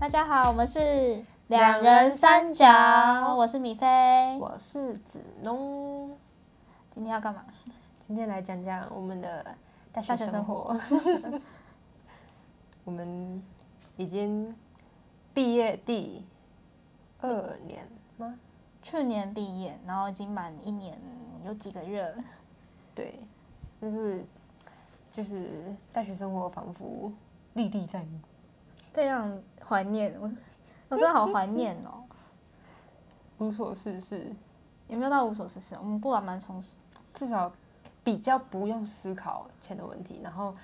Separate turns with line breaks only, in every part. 大家好，我们是
两人三角
我是米菲。
我是子农，
今天要干嘛？
今天来讲讲我们的大学
大学生
生活。 我们已经毕业第二年吗？
去年毕业，然后已经满一年有几个月了，
对，但是就是大学生活仿佛历历在目。
非常怀念 我，我真的好怀念哦。
无所事事，
也没有到无所事事，我们过完蛮充实。
至少比较不用思考钱的问题，然后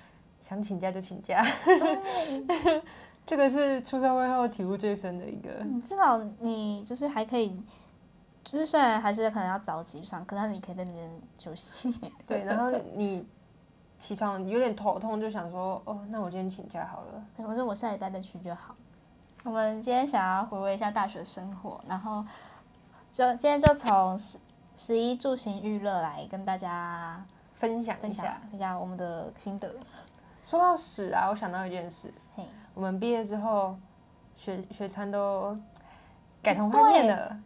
想请假就请假。 这个是出社会后体悟最深的一个。
嗯，至少你就是还可以，就是虽然还是可能要早起去上课，但是你可以在那边休息。
对，然后你起床有点头痛，就想说，哦，那我今天请假好了。
我觉得我下礼拜再去就好。我们今天想要回味一下大学生活，然后就今天就从十十一住行娱乐来跟大家
分享
分
一
享
下。
一下我们的心得。
说到屎啊，我想到一件事，
嘿，
我们毕业之后，学学餐都改头换面了，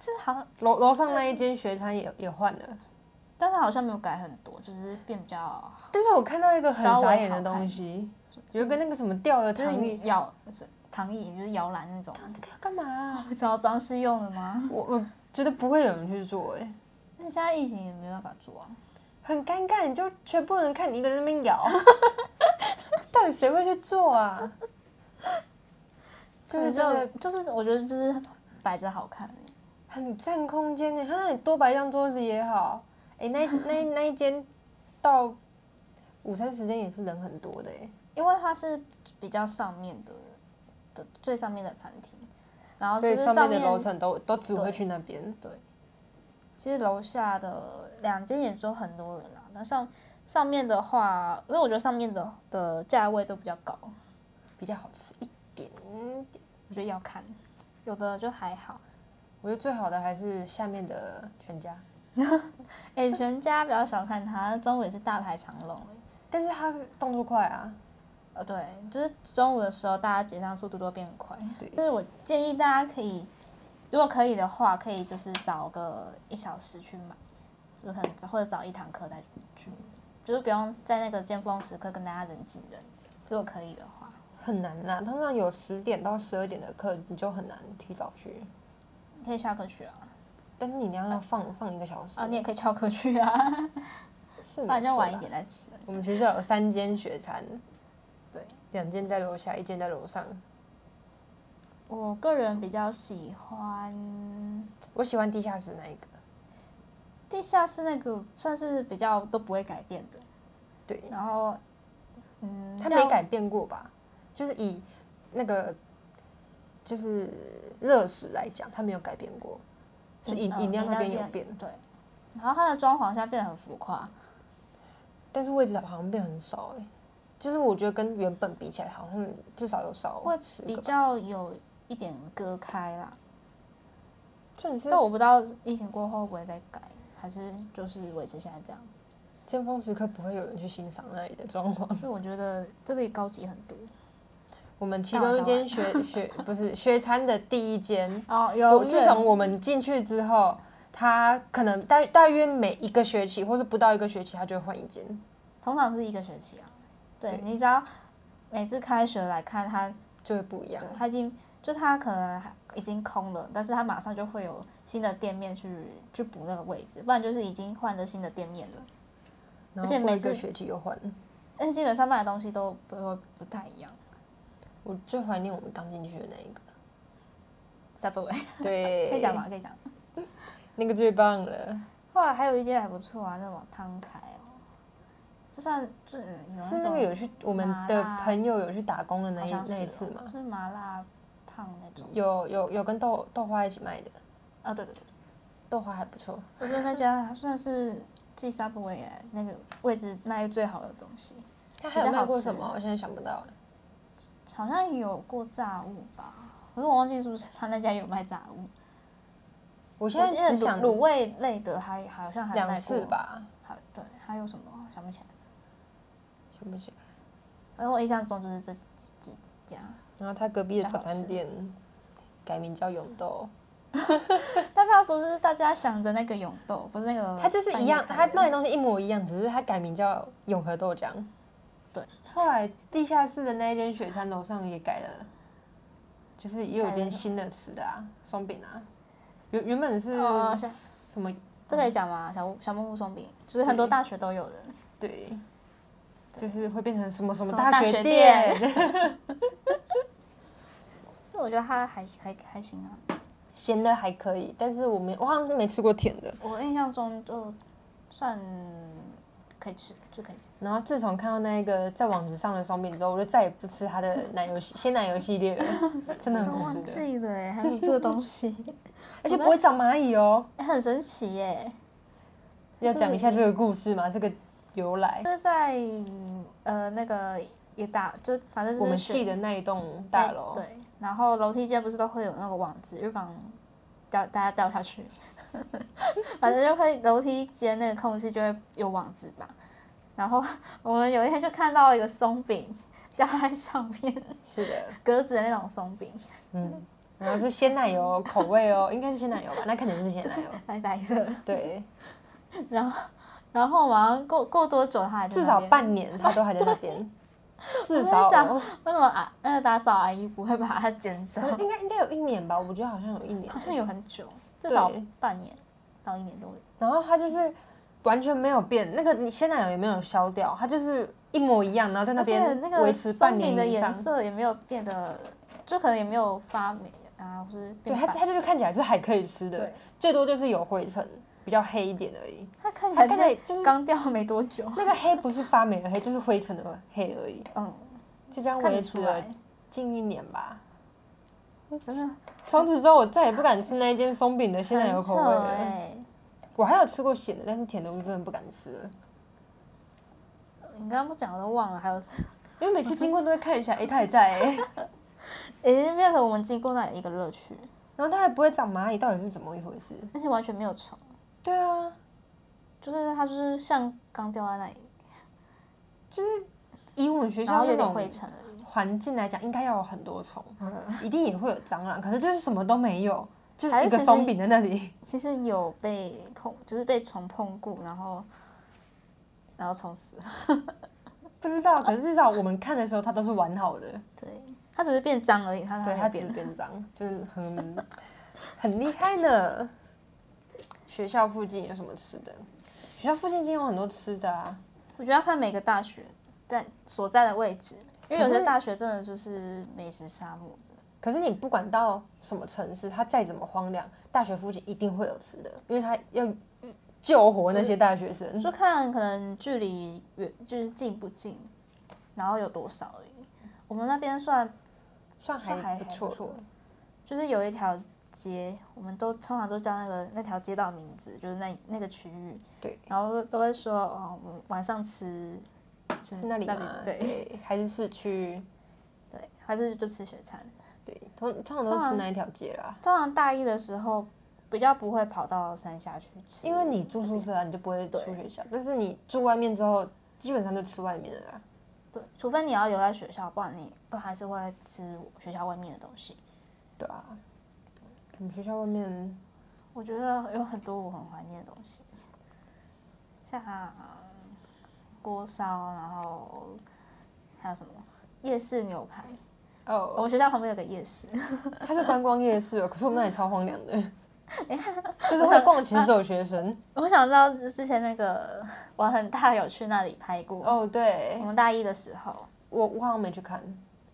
这好，
楼楼上那一间学餐也也换了。
但是好像没有改很多，就是变比较，
但是我看到一个很
稍微
傻眼的
好看
东西，有一个那个什么掉了
就是
糖
你
衣，
摇躺椅就是摇篮那种，
那个要干嘛啊、
不知道装饰用的吗？
我我觉得不会有人去做、哎，
那现在疫情也没办法做啊。
很尴尬，你就全部人看你一个人在那 边摇，到底谁会去做啊？就
可能
是真的
就就是我觉得就是摆着好看而已，
很占空间呢，他让你多摆一张桌子也好。哎、 那一那一那一间到午餐时间也是人很多的哎、
因为它是比较上面的的最上面的餐厅，然后
所以
就是
上
上
面的楼层都都只会去那边。
其实楼下的两间也只有很多人啊，那上上面的话，因为我觉得上面的的价位都比较高，
比较好吃一点点。
我觉得要看，有的就还好。
我觉得最好的还是下面的全家，
哎、全家比较小看它，中午也是大排长龙。
但是它动作快啊，
呃，对，就是中午的时候，大家结账速度都变很快。
对
但是我建议大家可以，如果可以的话，可以就是找个一小时去买，就是很早或者找一堂课再去，就是不用在那个尖峰时刻跟大家人挤人。如果可以的话，
很难啦。通常有十点到十二点的课，你就很难提早去。
你可以下课去啊，
但是你要要放、放一个小时
啊，你也可以翘课去啊，
是
不
没
然就
错
晚一
啦
点再吃。
我们学校有三间学餐，
对，
两间在楼下，一间在楼上。
我个人比较喜欢
我喜欢地下室那一个，
地下室那个，算是比较都不会改变的。
对，
然后，嗯，
它
这
没
样
改变过吧？就是以那个就是热食来讲，它没有改变过，是饮
嗯
饮料那边有
饮
变，
对。然后它的装潢现在变得很浮夸，
但是位置好像变很少哎、就是我觉得跟原本比起来，好像至少有少
会
十
比
哦个吧，
较有一点割开啦。
算是
但我不知道疫情过后会不会再改，还是就是维持现在这样 子。
尖峰时刻不会有人去欣赏那里的装潢。
所以我觉得这里高级很多。
我们其
那我
中
想
一间学学 不是学餐的第一间，
哦，
嗯
有
我自从我们进去之后，他可能大大约每一个学期，或是不到一个学期，他就会换一间。
通常是一个学期啊。对
对
你只要每次开学来看它，
就会不一样
对。它已经就它可能还已经空了，但是它马上就会有新的店面去去补那个位置，不然就是已经换了新的店面了。
然
而且
后过
每
一个
次
学期又换。
但是基本上卖的东西都不会不太一样。
我最怀念我们刚进去的那一个，
Subway
对，
可以讲吗？可以讲。
那个最棒了，
后来还有一间还不错啊，那种汤才哦，就算就是嗯有
是那
种
个有去我们
麻
的
辣
朋友有去打工的那
好
一
像是
那一
哦
次吗？
是麻辣烫那种。
有有有跟豆豆花一起卖的，
啊，对对对，
豆花还不错。
我觉得那家算是继 Subway 以来那个位置卖最好的东西，
他
比
还有
较
卖
好
过
吃
什么？我现在想不到了。
好像也有过炸物吧，可是我忘记是不是他那家有卖炸物。
我现
我记得
在只想
卤卤味类的还好像还
两
卖过
次，吧，
还对，还有什么想不起来。
想不起来。
反正我印象中就是这几几家。
然后他隔壁的早
比较好
餐
吃
店改名叫永豆，
但它不是大家想的那个永豆，不是那个
它就是
半
一
夜
样，
开
它
的
卖的东西一模一样，只是它改名叫永和豆浆。
对，
后来地下室的那一间雪山楼上也改了，就是也有
改了
间
什么
新的吃的啊，松饼啊，原原本是
哦，是
什么？
这可以讲吗？小木小木木松饼，就是很多
对
大学都有的。
对，就是会变成什么什么
什么大
大学
学
店，
那我觉得它还还还行啊，
咸的还可以，但是我没我好像是没吃过甜的。
我印象中就算可以吃，就可以吃。
然后自从看到那个在网子上的松饼之后，我就再也不吃它的奶油系鲜奶油 系列了，真的很好
忘
吃的，
记了哎，还有这个东 西，
而且不会长蚂蚁哦。
哎很神奇耶。
要讲一下这个故事吗？这个由来，
就是在呃那个也打，就反正就是哎
我们
学
系的那一栋大楼，
对，然后楼梯间不是都会有那个网子，预防掉大家掉下 去。反正就会楼梯间那个空隙就会有网子吧。然后 我们有一天就看到一个松饼掉在上面，
是的，
格子的那种松 饼，
嗯，然后是鲜奶油口味哦，应该是鲜奶油吧？那肯定是鲜奶油，
白白的。
对，
然后，然后马上过过多久，它还在
至
那
少
边
半年它都还在那 边，至少
我在想为什么啊？那个打扫阿姨不会把它捡走
可？是应该应该有一年吧，我觉得好像有一年，
好像有很久，至少
对
半年到一年都有。
然后它就是完全没有变，那个你鲜奶油也没有消掉，它就是一模一样，然后在那
而且
边
那个
维持半
松
年
饼的
以上
颜。色也没有变得，就可能也没有发霉啊，或是
对
变
它，
白
它就是看起来是还可以吃的
对，
最多就是有灰尘，比较黑一点而已。
它看起
它
来
看起来就是
是刚掉没多久，
那个黑不是发霉的黑，就是灰尘的黑而已，
嗯，
就这样
看
维
得
持
出
了
来，
近一年吧。
真的
从此之后，我再也不敢吃那一间松饼的鲜奶油
很扯
口味了。
哎。
我还有吃过咸的，但是甜的我真的不敢吃了，
你刚刚不讲我都忘了，还有，
因为每次经过都会看一下，诶，它还在、欸，
已经变成我们经过那里一个乐趣，
然后它还不会长蚂蚁，到底是怎么一回事？
而且完全没有虫，
对啊，
就是它就是像刚掉在那里，
以我们学
然
校
后有
那
点灰
种
尘而已，
环境来讲，应该要有很多虫，一定也会有蟑螂，可是就是什么都没有，就是
还
一
是
个
其实
松饼在那里。
其实有被碰，就是被虫碰过，然后然后虫死了，
不知 道，可是至少我们看的时候，它都是完好的，
对，它只是变脏而已，它
对，
没
它
有
只
变
是变脏，就是很很厉害呢。学校附近有什么吃的？学校附近一定有很多吃的啊，
我觉得要看每个大学在所在的位置，因为有
可
些
是
大学真的就是美食沙漠。
可是你不管到什么城市，它再怎么荒凉，大学附近一定会有吃的，因为它要救活那些大学生。
就看可能距离远，就是近不近，然后有多少而已。我们那边算
算
算
还
还
不
还
错
不
的
错。就是有一条街，我们都通常都叫那个那条街道名字，就是那那个区域。
对。
然后都会说哦，我们晚上吃吃
是那里
边
吗？
对
还是市区？
对，还是就吃雪餐。
对，通通常都是吃那一条街啦。
通常大一的时候比较不会跑到山下去吃，
因为你住宿舍啊，你就不会出学校，但是你住外面之后，基本上就吃外面的啦。
对，除非你要留在学校，不然你不然还是会吃学校外面的东西。
对啊，我们学校外面
我觉得有很多我很怀念的东西，像锅烧，然后还有什么夜市牛排。我
哦，
们学校旁边有个夜市，
它是观光夜市哦，可是我们那里超荒凉 的，哎就是会逛，其实只有学生。
我想知道之前那个我很大有去那里拍过。
哦，对哦
我，们大一的时候，
我我好像没去看，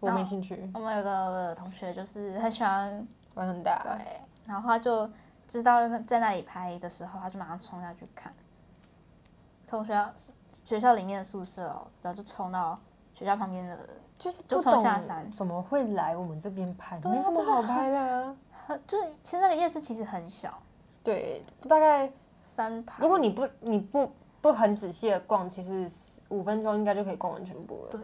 我没兴趣，
我们有个同学就是很喜欢
玩很大。
对，然后他就知道那在那里拍的时候，他就马上冲下去看，从学校学校里面的宿舍哦，然后就冲到学校旁边的，
就是
就
不
从
懂
下山
怎么会来我们这边拍，
啊
没什么好拍的啊。
很就是其实那个夜市其实很小，
对，大概
三排。
如果你不你不不很仔细的逛，其实五分钟应该就可以逛完全部了。
对。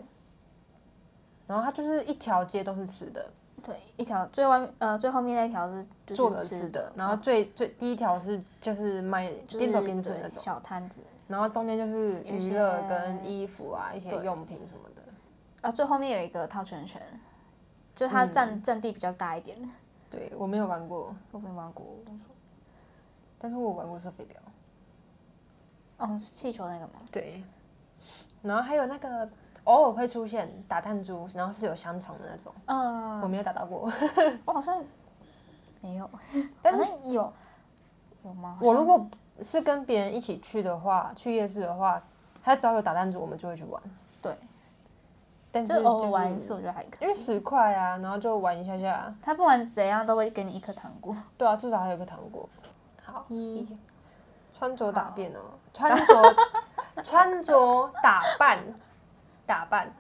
然后它就是一条街都是吃的，
对一条最外呃最后面那一条是就是
做的
吃
吃的，然后最最第一条是就是卖
就是
边走边吃的那
对
种，
小摊子
然后中间就是
有
娱
些
乐跟衣服啊一些
对
用品什么的。
啊，最后面有一个套圈圈，就
嗯
它占占地比较大一点。
对我没有玩过，
我没玩过。
但是我玩过射飞镖。
哦，是气球那个吗？
对，然后还有那个偶尔会出现打弹珠，然后是有香肠的那种，
嗯、
我没有打到过。
我好像没有，
但是
好像有有吗？
我如果是跟别人一起去的话，去夜市的话，他只要有打弹珠，我们就会去玩。
对，
但是
就是偶尔玩一
是
次，我觉得还可以。
因为十块啊，然后就玩一下下，
他不管怎样都会给你一颗糖果。
对啊，至少还有一个糖果。好，
一
穿着打扮哦，穿着穿着打扮打扮，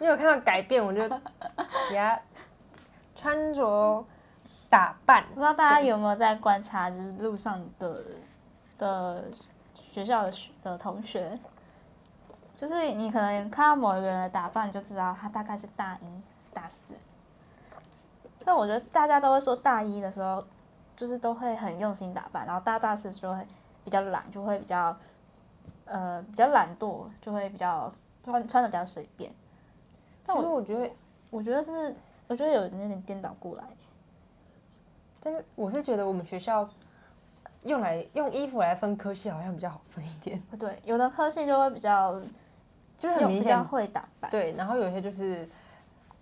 因为我看到改变，我就呀，穿着打扮
不知道大家有没有在观察，就是路上的的学校的学的同学，就是你可能看到某一个人的打扮，你就知道他大概是大一、是大四。所以我觉得大家都会说大一的时候，就是都会很用心打扮，然后大大四就会比较懒，就会比较呃比较懒惰，就会比较穿穿的比较随便。
其实我觉得，
我觉得是，我觉得有有点颠倒过来。
但是我是觉得我们学校用来用衣服来分科系好像比较好分一点，
对，有的科系就会比较
就是很
有
明
比较
显
会 打扮，
对，然后有些就是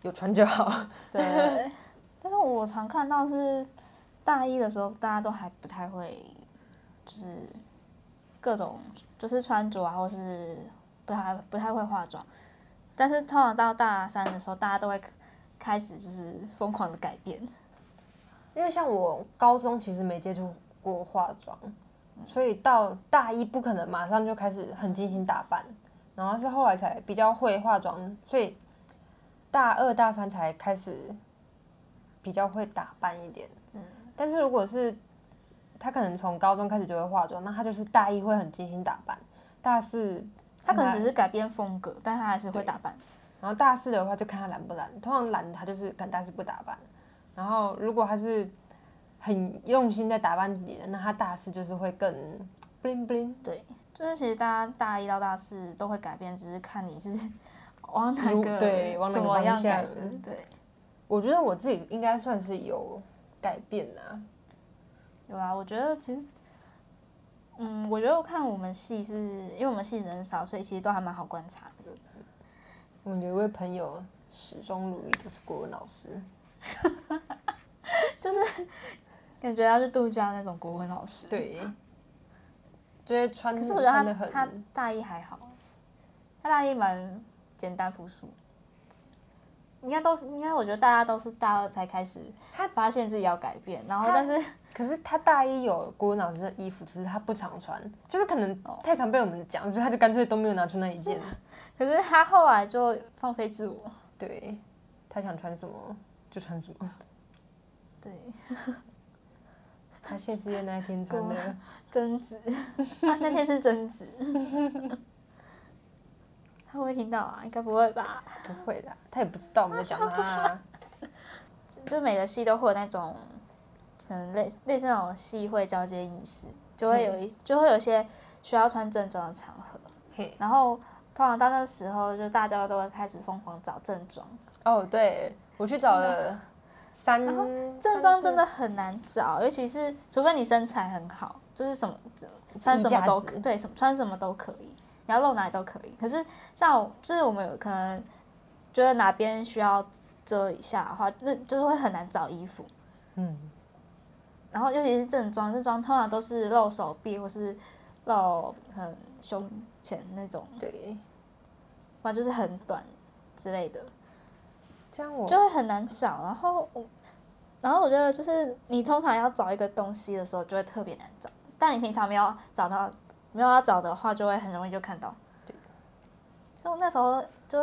有穿就好，
对。但是我常看到是大一的时候，大家都还不太会，就是各种就是穿着啊，或是不太不太会化妆。但是通常到大三的时候，大家都会开始就是疯狂的改变。
因为像我高中其实没接触过化妆，
嗯
所以到大一不可能马上就开始很精心打扮，然后是后来才比较会化妆，所以大二大三才开始比较会打扮一点。嗯，但是如果是他可能从高中开始就会化妆，那他就是大一会很精心打扮，大四
他可能
看
只是改变风格，但他还是会打扮。
然后大四的话就看他懒不懒，通常懒他就是敢大四不打扮，然后如果他是很用心在打扮自己的，那他大四就是会更 bling bling。
对，就是其实大家大一到大四都会改变，只是看你是 往哪
如
个
对往哪
怎
个
么
方
样改
向
变。对，
我觉得我自己应该算是有改变啊，
有啊，我觉得其实，嗯，我觉得我看我们系是因为我们系人少，所以其实都还蛮好观察的。
我们有一位朋友始终如一，就是国文老师，
感觉他是度假那种国文老师。
对，就会穿，
可是我觉得他
穿得嗯很
他大一还好，他大一蛮简单朴素。应该都是，应该我觉得大家都是大二才开始，他发现自己要改变，然后但是
可是他大一有国文老师的衣服，只是他不常穿，就是可能
哦
太常被我们讲，所以他就干脆都没有拿出那一件。
可是他后来就放飞自我，
对，他想穿什么就穿什么。
对，
他谢师宴那一天穿 的，
贞子，他那天是贞子， 他会不会听到啊？应该不会吧？
不会的，他也不知道我们在讲 他、啊。
就每个系都会有那种，可能类类似那种系会交接仪式，就会有一、就会有一些需要穿正装的场合，
嘿，
然后通常到那时候就大家都会开始疯狂找正装，
哦，对，我去找了三
正装真
的
的很难找，尤其是除非你身材很好，就是什么穿什么都可对，什么穿什么都可以，你要露哪里都可以。可是像我就是我们有可能觉得哪边需要遮一下的话，那就是会很难找衣服。
嗯，
然后尤其是正装，正装通常都是露手臂或是露很胸前那种，
对，
不然就是很短之类的。
这样我
就会很难找。然后我，然后我觉得就是你通常要找一个东西的时候，就会特别难找。但你平常没有找到，没有要找的话，就会很容易就看到。
对。
所以我那时候就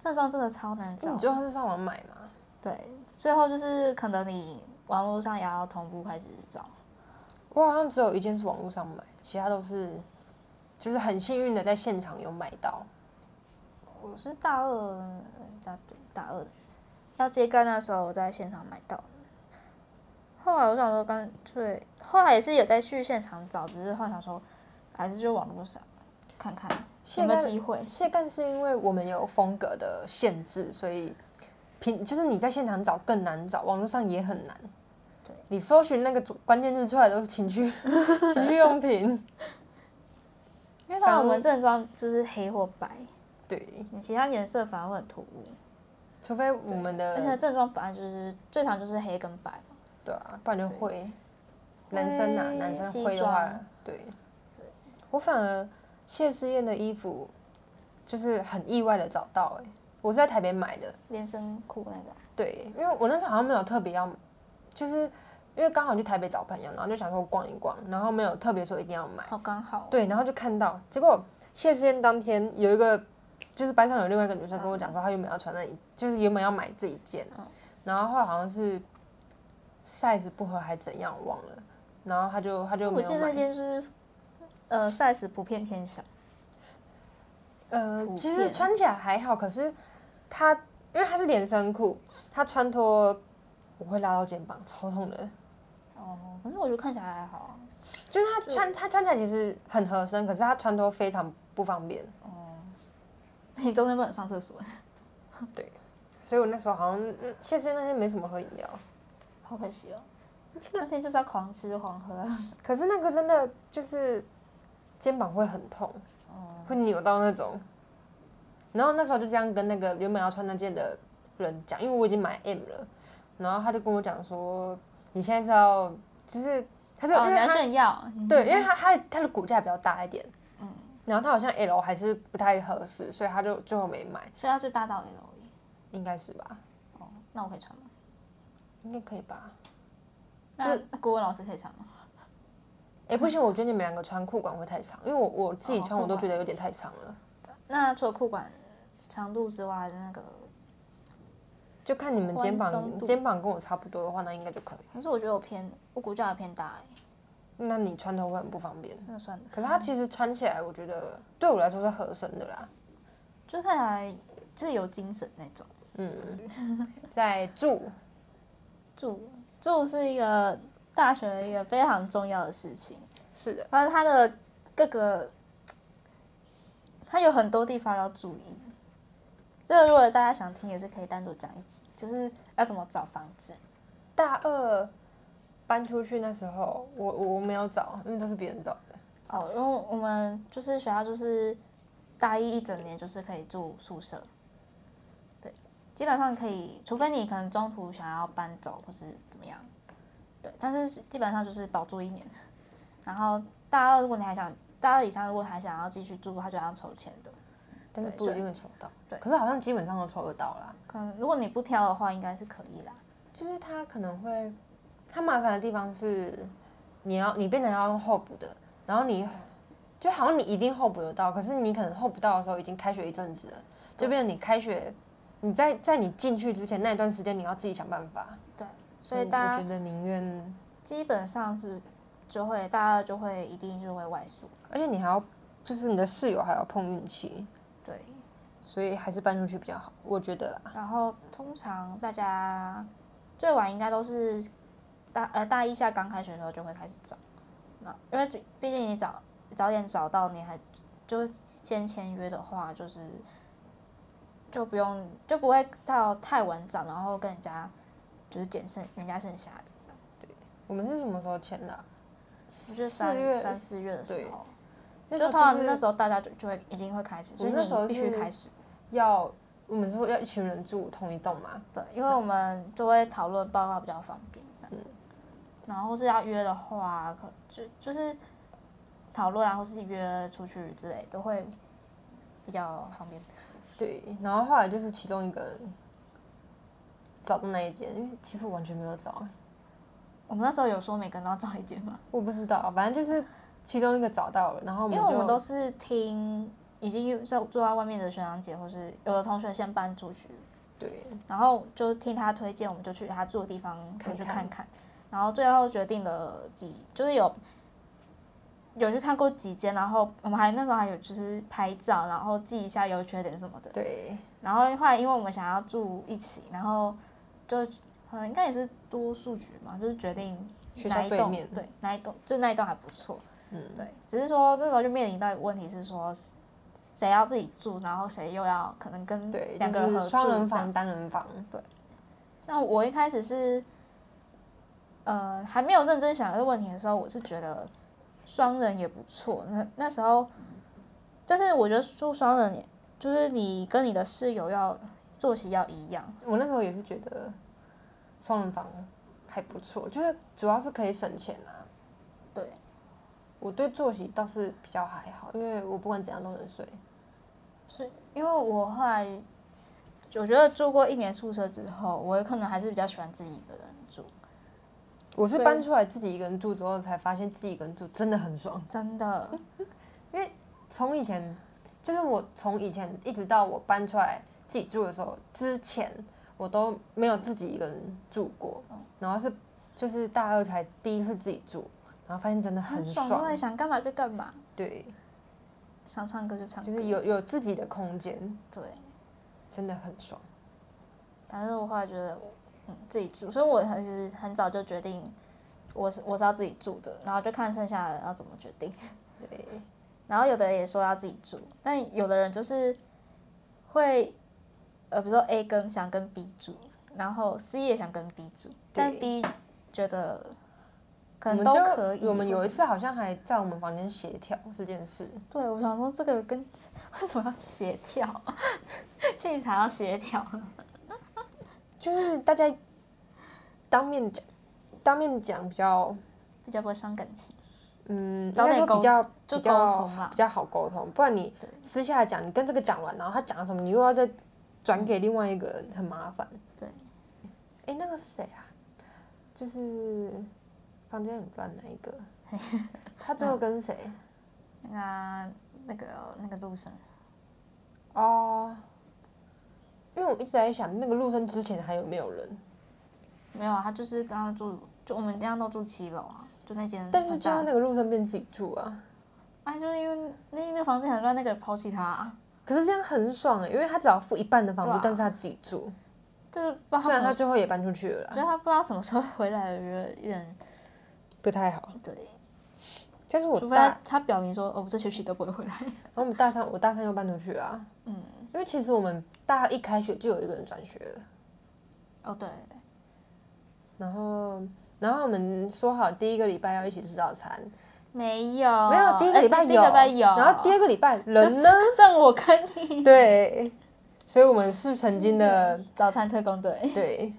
正装真的超难
那
找
你。最后是上网买吗？
对，最后就是可能你网络上也要同步开始找。
我好像只有一件是网络上买，其他都是就是很幸运的在现场有买到。
我是大二，嗯大对大二要接干那时候，我在现场买到的。后来我想说，干脆后来也是有在去现场找，只是后来想说，还是就网络上看看有
现
没有
在
机会。
蟹干是因为我们有风格的限制，所以平就是你在现场找更难找，网络上也很难。你搜寻那个主关键字出来都是情趣 情趣用品，
因为通常我们正装就是黑或白，
对，
你其他颜色反而会很突兀。
除非我们
而且
的
正装本来就是最常就是黑跟白嘛，
对啊，不然就会男生啊，
灰
男生
西
会的话
装，
对，我反而谢师宴的衣服就是很意外的找到、欸，我是在台北买的，
连身裤那个。
对，因为我那时候好像没有特别要，就是因为刚好去台北找朋友，然后就想说逛一逛，然后没有特别说一定要买。
好刚好。
对，然后就看到，结果谢师宴当天有一个，就是班上有另外一个女生跟我讲说，她原本要穿那一，就是原本要买这一件，
嗯
然后后来好像是 size 不合还怎样，我忘了，然后她就她就
我
没
记得
有
那
买。
件就是，呃，size 普遍偏小，
呃，
普
其实
遍
穿起来还好，可是她因为她是连身裤，她穿脱我会拉到肩膀，超痛的。
哦，可是我觉得看起来还好啊。
就是她穿她穿起来其实很合身，可是她穿脱非常不方便。
你中间不能上厕所，
所以我那时候好像，嗯，谢师宴那天没什么喝饮料，
好可惜哦。那天就是要狂吃狂喝啊，
可是那个真的就是肩膀会很痛，会扭到那种。然后那时候就这样跟那个原本要穿那件的人讲，因为我已经买 M 了，然后他就跟我讲说，你现在是要就是，他就
哦，
因
你
为
要
他、
炫耀，
对，因为他他他的骨架比较大一点，然后他好像 L 还是不太合适，所以他就最后没买，
所以它最大到 L 而已。
应该是吧？
哦，那我可以穿吗？
应该可以吧？
那那国文老师可以穿吗？
哎、不行，我觉得你们两个穿裤管会太长，因为我我自己
哦
穿我
裤
都
管
觉得有点太长了。
那除了裤管长度之外，那个，
就看你们肩
宽松
膀
度
肩膀跟我差不多的话，那应该就可以。
可是我觉得我偏，我骨架也偏大哎、
那你穿头会很不方便。
那算了。
可是它其实穿起来，我觉得对我来说是合身的啦。
就是看起来就是有精神那种。
在住，
住住是一个大学的一个非常重要的事情，
是的，
反正它的各个，它有很多地方要注意。这个如果大家想听，也是可以单独讲一集，就是要怎么找房子。
大二搬出去那时候，我我我没有找，因为都是别人找的。
哦，因为我们就是学校就是大一一整年就是可以住宿舍，对，基本上可以，除非你可能中途想要搬走或是怎么样，对，但是基本上就是保住一年。然后大二如果你还想大二以上如果还想要继续住，他就要抽签的。
但是
对
不
所以
一定会抽到，
对
可是好像基本上都抽得到啦。
可能如果你不挑的话，应该是可以啦。
就是它可能会，它麻烦的地方是，你要你变成要用候补的，然后你就好像你一定候补得到，可是你可能候不到的时候已经开学一阵子了，就变成你开学，你在在你进去之前那一段时间你要自己想办法。
对，所以
嗯
大
我
家
觉得宁愿，
基本上是就会大二就会一定就会外宿，
而且你还要就是你的室友还要碰运气，
对。
所以还是搬出去比较好，我觉得啦。
然后通常大家最晚应该都是大呃大一下刚开学的时候就会开始找，那因为这毕竟你早早点找到，你还就先签约的话，就是就不用就不会到太晚找，然后跟人家就是捡剩人家剩下的这样。
我们是什么时候签的啊、
我觉得
四月
三三四月的时
对
候，
那时
就
候
通常
是
那时候大家就就会已经会开始，
我
所以
们那时候
你必须
是
开始。
要我们说要一群人住同一栋嘛，
对，因为我们就会讨论报告比较方便，这样。
嗯
然后是要约的话，可就就是讨论啊，或是约出去之类，都会比较方便。
对，然后后来就是其中一个找到那一间，因为其实我完全没有找，
我们那时候有说每个人都要找一间嘛，
我不知道，反正就是其中一个找到了，然哦后我
因
们
为我
就
们都是听已经在住在外面的学长姐，或是有的同学先搬出去，
对
然后就听他推荐，我们就去他住的地方
看
我去
看
看看，然后最后决定了几，就是有嗯有去看过几间，然后我们还那时候还有就是拍照，然后记一下优缺点什么的。
对，
然后后来因为我们想要住一起，然后就可能应该也是都数局嘛，就是决定
学
哪
校
一
对
栋
面，
对哪一栋，就那一栋还不错。
嗯，
对，只是说那时候就面临到一个问题是说，谁要自己住，然后谁又要可能跟
对，
两个
就
人合
是
住
双人
这样
房、单人房，
像我一开始是，呃，还没有认真想这个问题的时候，我是觉得双人也不错。那那时候，但是我觉得住双人也，就是你跟你的室友要作息要一样，
我那时候也是觉得双人房还不错，就是主要是可以省钱啊。
对，
我对作息倒是比较还好，因为我不管怎样都能睡。
是因为我后来我觉得住过一年宿舍之后，我可能还是比较喜欢自己一个人住，
我是
对
搬出来自己一个人住之后，才发现自己一个人住真的很爽。
真的。
从以前，就是我从以前一直到我搬出来自己住的时候，之前我都没有自己一个人住过，然后是就是大二才第一次自己住，然后发现真的
很
爽。啊
因为想干嘛就干嘛，
对，
想唱歌就唱歌，
就是有有自己的空间，
对。
真的很爽。
反正我后来觉得，嗯，自己住，所以我很是很早就决定，我是我是要自己住的，然后就看剩下的人要怎么决定。
对，
然后有的人也说要自己住，但有的人就是会，呃，比如说 A 跟想跟 B 住，然后 C 也想跟 B 住，但 D 觉得可
我
能
们
都
就
可以。
我们有
或
一
是
次好像还在我们房间协调这件事，
对我想说这个跟为什么要协调， 器材要协调，
就是大家当面讲，当面讲比较，
比较不会伤感情，
嗯，应
早
该
点
说
沟
比较
就
比
沟
较
通啦
比。较好沟通，不然你
对
私下讲，你跟这个讲完，然后他讲了什么，你又要再转给另外一个人，很麻烦。
对，
哎，那个谁啊，就是房间很乱那一 个，他最后跟谁？
那个啊那个那个陆生，
哦，因为我一直在想，那个陆生之前还有没有人？
没有啊，他就是刚刚住，就我们这样都住七楼啊，就那间很大
但
的。
是最后那个陆生变自己住啊，
哎，就是因为那那房间很乱，那个人抛弃他、啊，
可是这样很爽哎、因为他只要付一半的房租，
对啊
但是他自己住，
就是不知道
虽
他
然
什
他
么时
最
候，
后也搬出去了啊
觉
啦，
得他不知道什么时候回来，我觉得有点
不太好。
对，
但哦是我
除非
大
他，他表明说，哦，我这学期都不会回来。
然后我们大三，我大三又搬出去了啊，
嗯，
因为其实我们大一开学就有一个人转学了，
哦对，
然后。然后我们说好第一个礼拜要一起吃早餐，
没有，
没有第一个礼拜
哎
有，
第一个礼拜有，
然后第二个礼拜人呢？
剩我跟你
对，所以我们是曾经的
早餐特工队，
对，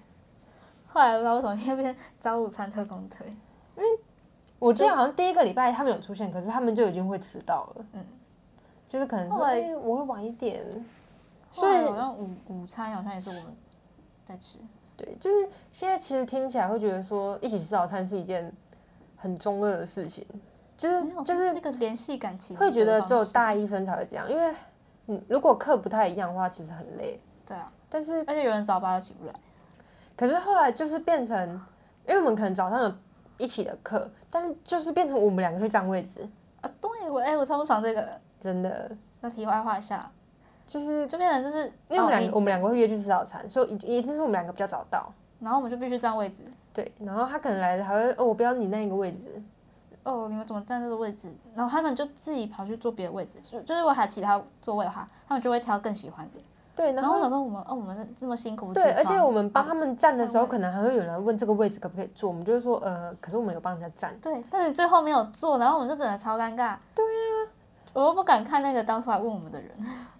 后来不知道为什么又变成早午餐特工队，
我记得好像第一个礼拜他们有出现，可是他们就已经会迟到了。
嗯
就是可能
后来
哎、我会晚一点，
后
所以
来好像午午餐好像也是我们在吃。
对，就是现在其实听起来会觉得说一起吃早餐是一件很中二的事情，就是
没有，
就
这
是
这个联系感情，
会觉得只有大医生才会这样，因为嗯，如果课不太一样的话，其实很累。
对啊，
但是
而且有人早八又起不来，
可是后来就是变成，因为我们可能早上有一起的课，但是就是变成我们两个去占位置，
啊，对我哎、我超不爽这个。
真的
那题外话一下，
就是
就变成就是
因为我们
哦
两个
你
我们两个会约去吃早餐，所以一一定是我们两个比较早到。
然后我们就必须占位置。
对，然后他可能来了还会哦，我不要你那一个位置，
哦，你们怎么占这个位置？然后他们就自己跑去坐别的位置，就就是我还有其他座位的话，他们就会挑更喜欢的。
对，
然
然
后我
后
想说，我们哦，我们这这么辛苦起
对，
床，
而且我们帮他们站的时候，
站位
可能还会有人问这个位置可不可以坐，我们就会说呃，可是我们有帮人家站，
对，但是最后没有做，然后我们就整的超尴尬。对啊，我又不敢看那个当初来问我们的人，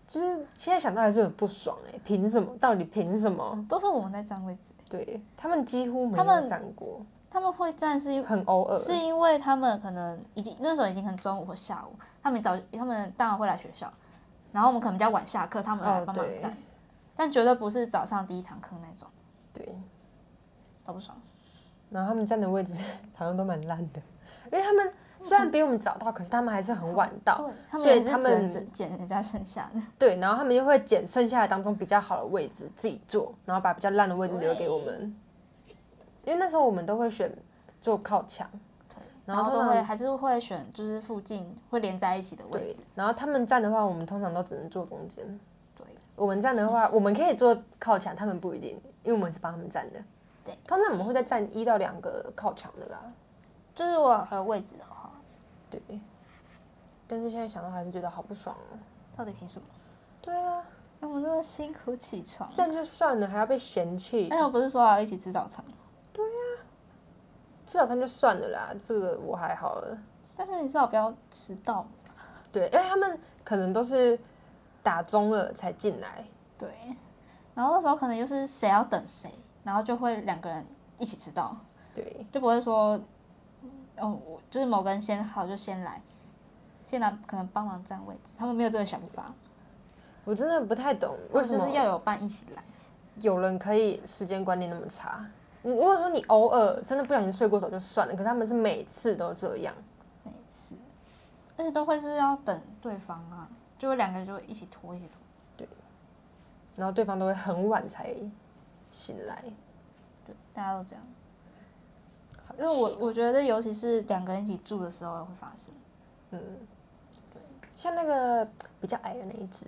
就是现在想到还是很不爽哎、凭什么？到底凭什么？
都是我们在占位置。
对他们几乎没
他
有
们
站过，
他们会占是因为
很偶尔，
是因为他们可能已经那时候已经很中午或下午，他们早他们当然会来学校，然后我们可能比较晚下课，他们来
哦
帮忙
对
站，但绝对不是早上第一堂课那种，
对，
都不爽。
然后他们站的位置好像都蛮烂的，因为他们虽然比我们早到，可是他们还是很晚到。
对，他们
所以
也是
他
只能
们
捡捡人家剩下 的，
对，然后他们就会捡剩下的当中比较好的位置自己坐，然后把比较烂的位置留给我们。因为那时候我们都会选坐靠墙，
然
然后
后
通
都会
常
还是会选就是附近会连在一起的位
对
置。，
然后他们站的话，我们通常都只能坐中间。
对，
我们站的话，我们可以坐靠墙，他们不一定，因为我们是帮他们站的。
对，
通常我们会再站一到两个靠墙的啦。
就是我还有位置的话，
对，但是现在想到还是觉得好不爽哦、
到底凭什么？
对 啊，
那我们这么辛苦起床，
这样就算了，还要被嫌弃
但，又不是说好一起吃早餐，
吃早餐就算了啦，这个我还好了。
但是你至少不要迟到。
对，哎，他们可能都是打钟了才进来，
对，然后那时候可能就是谁要等谁，然后就会两个人一起迟到，
对，
就不会说，哦，我就是某个人先好就先来，先来可能帮忙占位置，他们没有这个想法，
我真的不太懂为什
哦就是要
么
有伴一起来。
有人可以时间观念那么差。你如果说你偶尔真的不小心睡过头就算了，可他们是每次都这样。
每次，而且都会是要等对方啊，就会两个人就会一起拖一起拖。
然后对方都会很晚才醒来。
对，大家都这样。
好
因为我
气哦
我觉得，尤其是两个人一起住的时候会发生。
嗯像那个比较矮的那一只，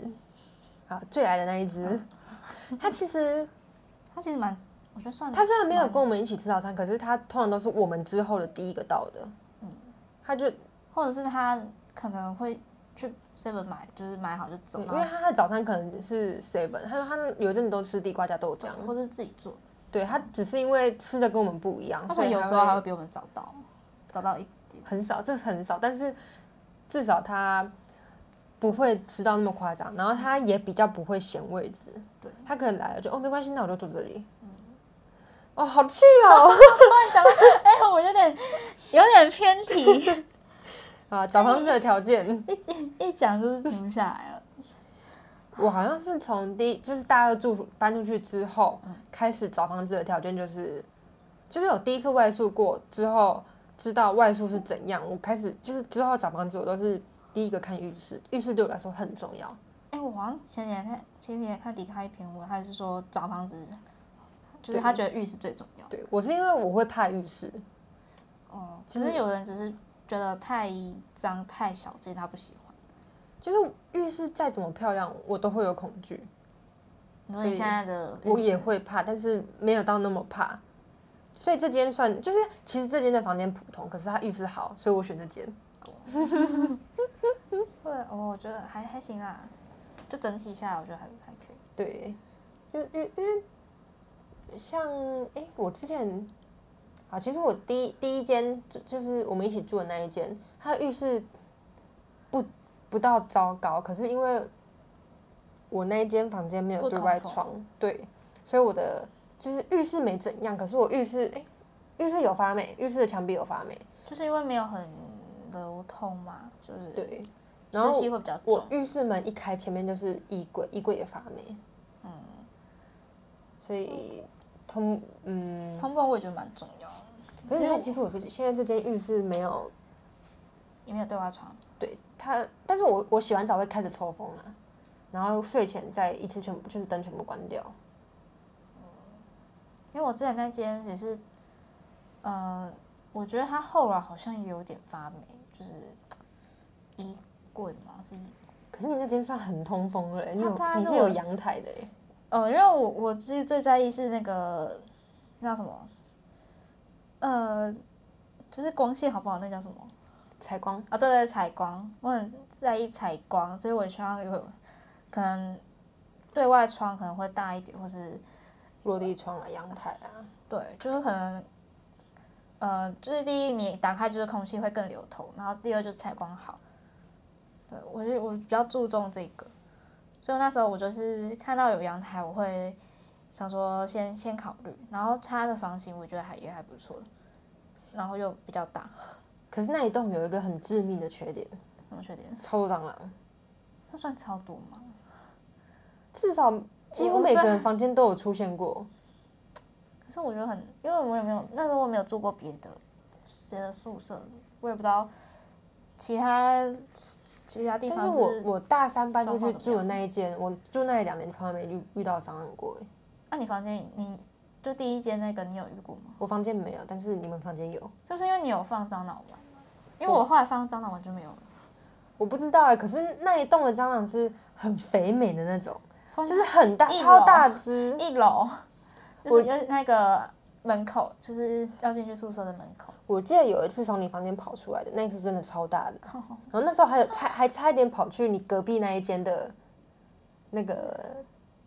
啊，最矮的那一只，它其实
他其实蛮，我觉得 算
它虽然没有跟我们一起吃早餐，可是它通常都是我们之后的第一个到的。它就
或者是他可能会去 seven 买，就是买好就走，
因
然
为
后
它的早餐可能是 seven，还有它有一阵子都吃地瓜加豆浆，
或者是自己做。
对，它只是因为吃的跟我们不一样，
他可
所以
能有
它
时候还
会
会比我们早到，早到一 点。
很少，这很少，但是至少它不会吃到那么夸张，然后它也比较不会嫌位置。
对，
他可能来了就哦没关系，那我就坐这里。哦，好气哦！
哎、我有点有点偏题，
啊，找房子的条件，
一讲就是停不下来了。
我好像是从第一就是大二住搬出去之后开始找房子的条件就是，就是有第一次外宿过之后，知道外宿是怎样，我开始就是之后找房子我都是第一个看浴室，浴室对我来说很重要。
哎、我好像前几天看前几天看迪卡一篇文，他是说找房子，就是
对
他觉得浴室最重要。
对我是因为我会怕浴室，
哦、
就
其
是
实有人只是觉得太脏太小见，他不喜欢。
就是浴室再怎么漂亮我都会有恐惧，
所
所
以
以
现在的
我
嗯浴
也
室
会怕，但是没有到那么怕。所以这间算就是，其实这间的房间普通，可是它浴室好，所以我选这间。
会，哦我觉得还还行啦，就整体下来我觉得还还可以。
对，因为因为因为像哎、我之前啊，其实我第一第一间就就是我们一起住的那一间，它的浴室不不到糟糕，可是因为我那一间房间没有
不
对
通
外
风
窗，对，所以我的就是浴室没怎样，可是我浴室哎、浴室有发霉，浴室的墙壁有发霉，
就是因为没有很流通嘛，就是
对，然
湿
后
气会比较
我
重。
浴室门一开，前面就是衣柜，衣柜也发霉。嗯，所以通嗯，
通风我也觉得蛮重要的，
可
因
是你
为
看，其实我觉得现在这间浴室没有
也没有对外窗。
对它，但是我我洗完澡会开始抽风啊，然后睡前再一次全部就是灯全部关掉。
因为我之前那间也是，呃，我觉得它后来好像也有点发霉，就是衣柜嘛，是衣
可是你那间算很通风了欸、你
它
有
它
你
是
是
我
有阳台的、欸，
呃，因为我我最最在意是那个那叫什么，呃，就是光线好不好，那叫什么
采光
啊？对对，采光，我很在意采光，所以我希望有可能对外窗可能会大一点，或是
落地窗啊，阳台啊，
对，就是可能，呃，就是第一你打开就是空气会更流通，然后第二就采光好。对我是我比较注重这个，所以那时候我就是看到有阳台，我会想说先先考虑，然后它的房型我觉得还也还不错，然后又比较大，
可是那一栋有一个很致命的缺点，
什么缺点？
超多蟑螂，
它算超多吗？
至少几乎
我
每
虽
个
然
人房间都有出现过。
可是我觉得很，因为我也没有那时候我没有住过别的别的宿舍，我也不知道其他其他地
但
方
是我我大三搬
状
出去
况怎
住
么
的
样
那一间，我住那里两年从来没遇遇到蟑螂过欸。
那、你房间你就第一间那个你有遇过吗？
我房间没有，但是你们房间有，
是不是因为你有放蟑螂丸？因为我后来放蟑螂丸就没有了，
我不知道哎、可是那一栋的蟑螂是很肥美的那种，
就
就是很大
一
超
楼
大只。
一楼，就是有那个门口，就是要进去宿舍的门口。
我记得有一次从你房间跑出来的，那一次真的超大的。然后那时候还有差还差一点跑去你隔壁那一间的，那个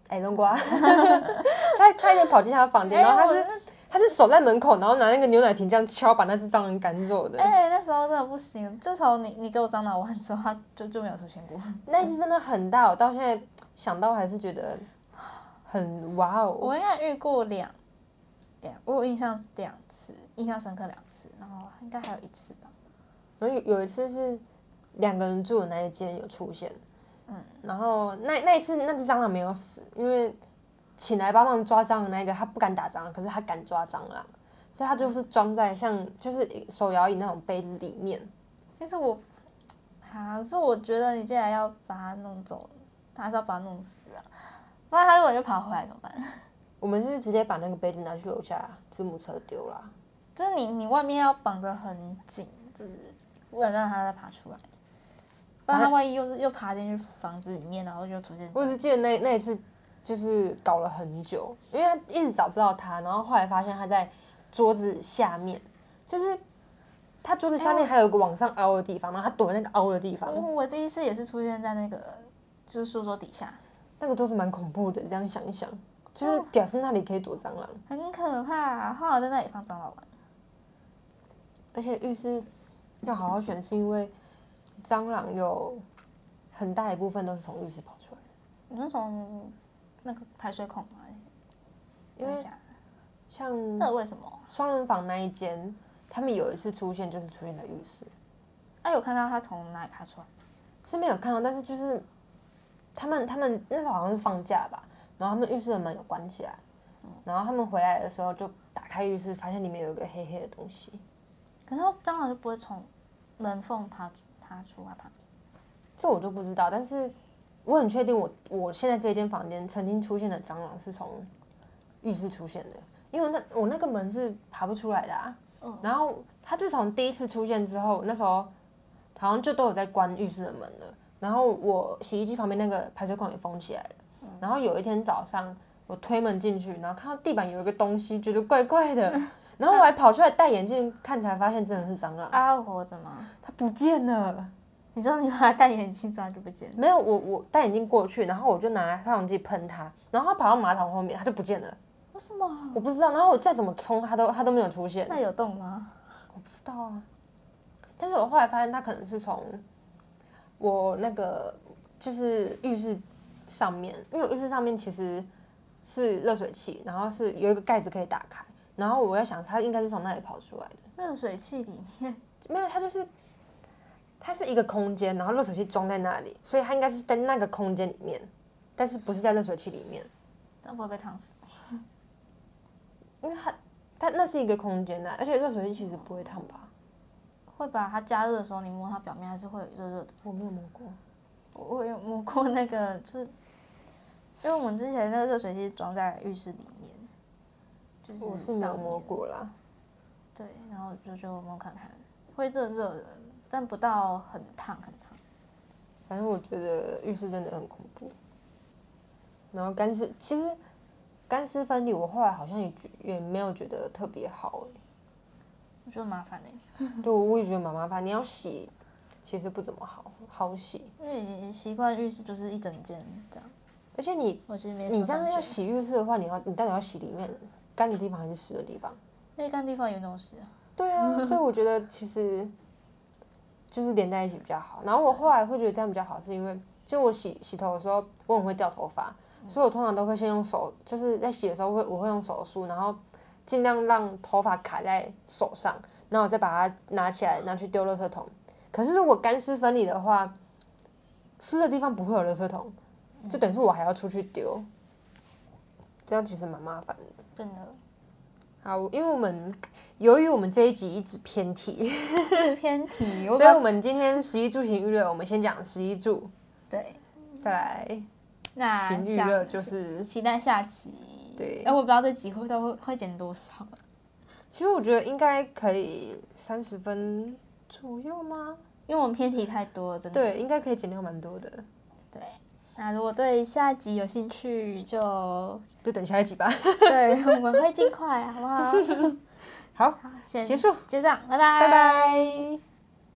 矮冬瓜，差差一点跑进他房间，然后他
哎
是
我
他是守在门口，然后拿那个牛奶瓶这样敲，把那只蟑螂赶 走的。
哎、那时候真的不行，自从你你给我樟脑丸之后，它就就没有出现过。
那一只真的很大，我到现在想到还是觉得很哇哦。
我应该遇过两两，我有印象两次，印象深刻两次，然后应该还有一次吧。
然后有有一次是两个人住的那一间有出现，嗯，然后那那一次那只蟑螂没有死，因为请来帮忙抓蟑螂那个他不敢打蟑螂，可是他敢抓蟑螂，所以他就是装在像就是手摇椅那种杯子里面。
其实我，啊，可是我觉得你既然要把它弄走，还是要把它弄死啊，不然它如果就跑回来怎么办？
我们是直接把那个杯子拿去楼下字母车丢了，
就是你你外面要绑得很紧，就是不能让它再爬出来，不然它万一又是又爬进去房子里面，然后又出 现
我只记得那那一次就是搞了很久，因为他一直找不到他，然后后来发现他在桌子下面，就是他桌子下面还有一个往上凹的地方，然后他躲在那个凹的地方，
我我第一次也是出现在那个就是书桌底下，
那个桌子蛮恐怖的。这样想一想，就是表示那里可以躲蟑螂，
很可怕。后来我在那里放蟑螂玩，
而且浴室要好好选，是因为蟑螂有很大一部分都是从浴室跑出来的。
你就从那个排水孔嘛，
因为
讲
像
那为什么啊？
双人房那一间，他们有一次出现就是出现在浴室，
哎、有看到它从哪里爬出来？
是没有看到，但是就是他们他们那时候好像是放假吧，然后他们浴室的门有关起来，然后他们回来的时候就打开浴室，发现里面有一个黑黑的东西，
可是它蟑螂就不会从门缝爬爬出来爬。
这我就不知道，但是我很确定我我现在这间房间曾经出现的蟑螂是从浴室出现的，因为那我那个门是爬不出来的啊，然后它自从第一次出现之后，那时候好像就都有在关浴室的门了。然后我洗衣机旁边那个排水孔也封起来了。然后有一天早上，我推门进去，然后看到地板有一个东西，觉得怪怪 的。然后我还跑出来戴眼镜看，才发现真的是蟑螂，
啊，活着吗？
它不见了。
你知道你把它戴眼镜，蟑螂就不见了。
没有，我我戴眼镜过去，然后我就拿杀虫剂喷它，然后它跑到马桶后面，它就不见了。
为什么？
我不知道，然后我再怎么冲，它都它都没有出现。
那有洞吗？
我不知道啊。但是我后来发现，它可能是从我那个就是浴室上面，因为我浴室上面其实是热水器，然后是有一个盖子可以打开，然后我在想，它应该是从那里跑出来的。
热水器里面，
没有，它就是它是一个空间，然后热水器装在那里，所以它应该是在那个空间里面，但是不是在热水器里面，
它不会被烫死。
因为它它那是一个空间啊呐、而且热水器其实不会烫吧？
会吧？它加热的时候，你摸它表面还是会有热热的。
我没有摸过，
我我有摸过那个，就是因为我们之前那个热水器装在浴室里面，就是
我是没有
上
摸
面
过啦。
对，然后就就摸看看，会热热的，但不到很烫很烫。
反正我觉得浴室真的很恐怖。然后干湿，其实干湿分离，我后来好像也觉也没有觉得特别好、
我觉得麻烦嘞、
欸。对，我也觉得蛮麻烦。你要洗，其实不怎么好好洗，
因为你习惯浴室就是一整间这样，
而且你
我其实没什
你
么
这样
感
要
觉
洗浴室的话，你要你到底要洗里面干的地方还是湿的地方？
那干地方有那种事啊，
对啊，所以我觉得其实就是连在一起比较好。然后我后来会觉得这样比较好，是因为就我洗洗头的时候，我很会掉头发，所以我通常都会先用手，就是在洗的时候会我会用手梳，然后尽量让头发卡在手上，然后我再把它拿起来拿去丢垃圾桶。可是如果干湿分离的话，湿的地方不会有垃圾桶，就等于是我还要出去丢，这样其实蛮麻烦的。
真的。
好，因为我们由于我们这一集一直偏题，
是偏题，我
所
不
以
要
我们今天十一住行娱乐，我们先讲十一住，
对。
再来
那
行娱
下
乐就是，
期待下集。
对
哎、我不知道这集会到会会减多少，
其实我觉得应该可以三十分左右吗？
因为我们偏题太多了，真的。
对，应该可以减掉蛮多的。
对，那如果对下一集有兴趣， 就
就等下一集吧。
对我们会尽快，好不好？
好，
先
结束，
就这样，拜拜，
拜。拜。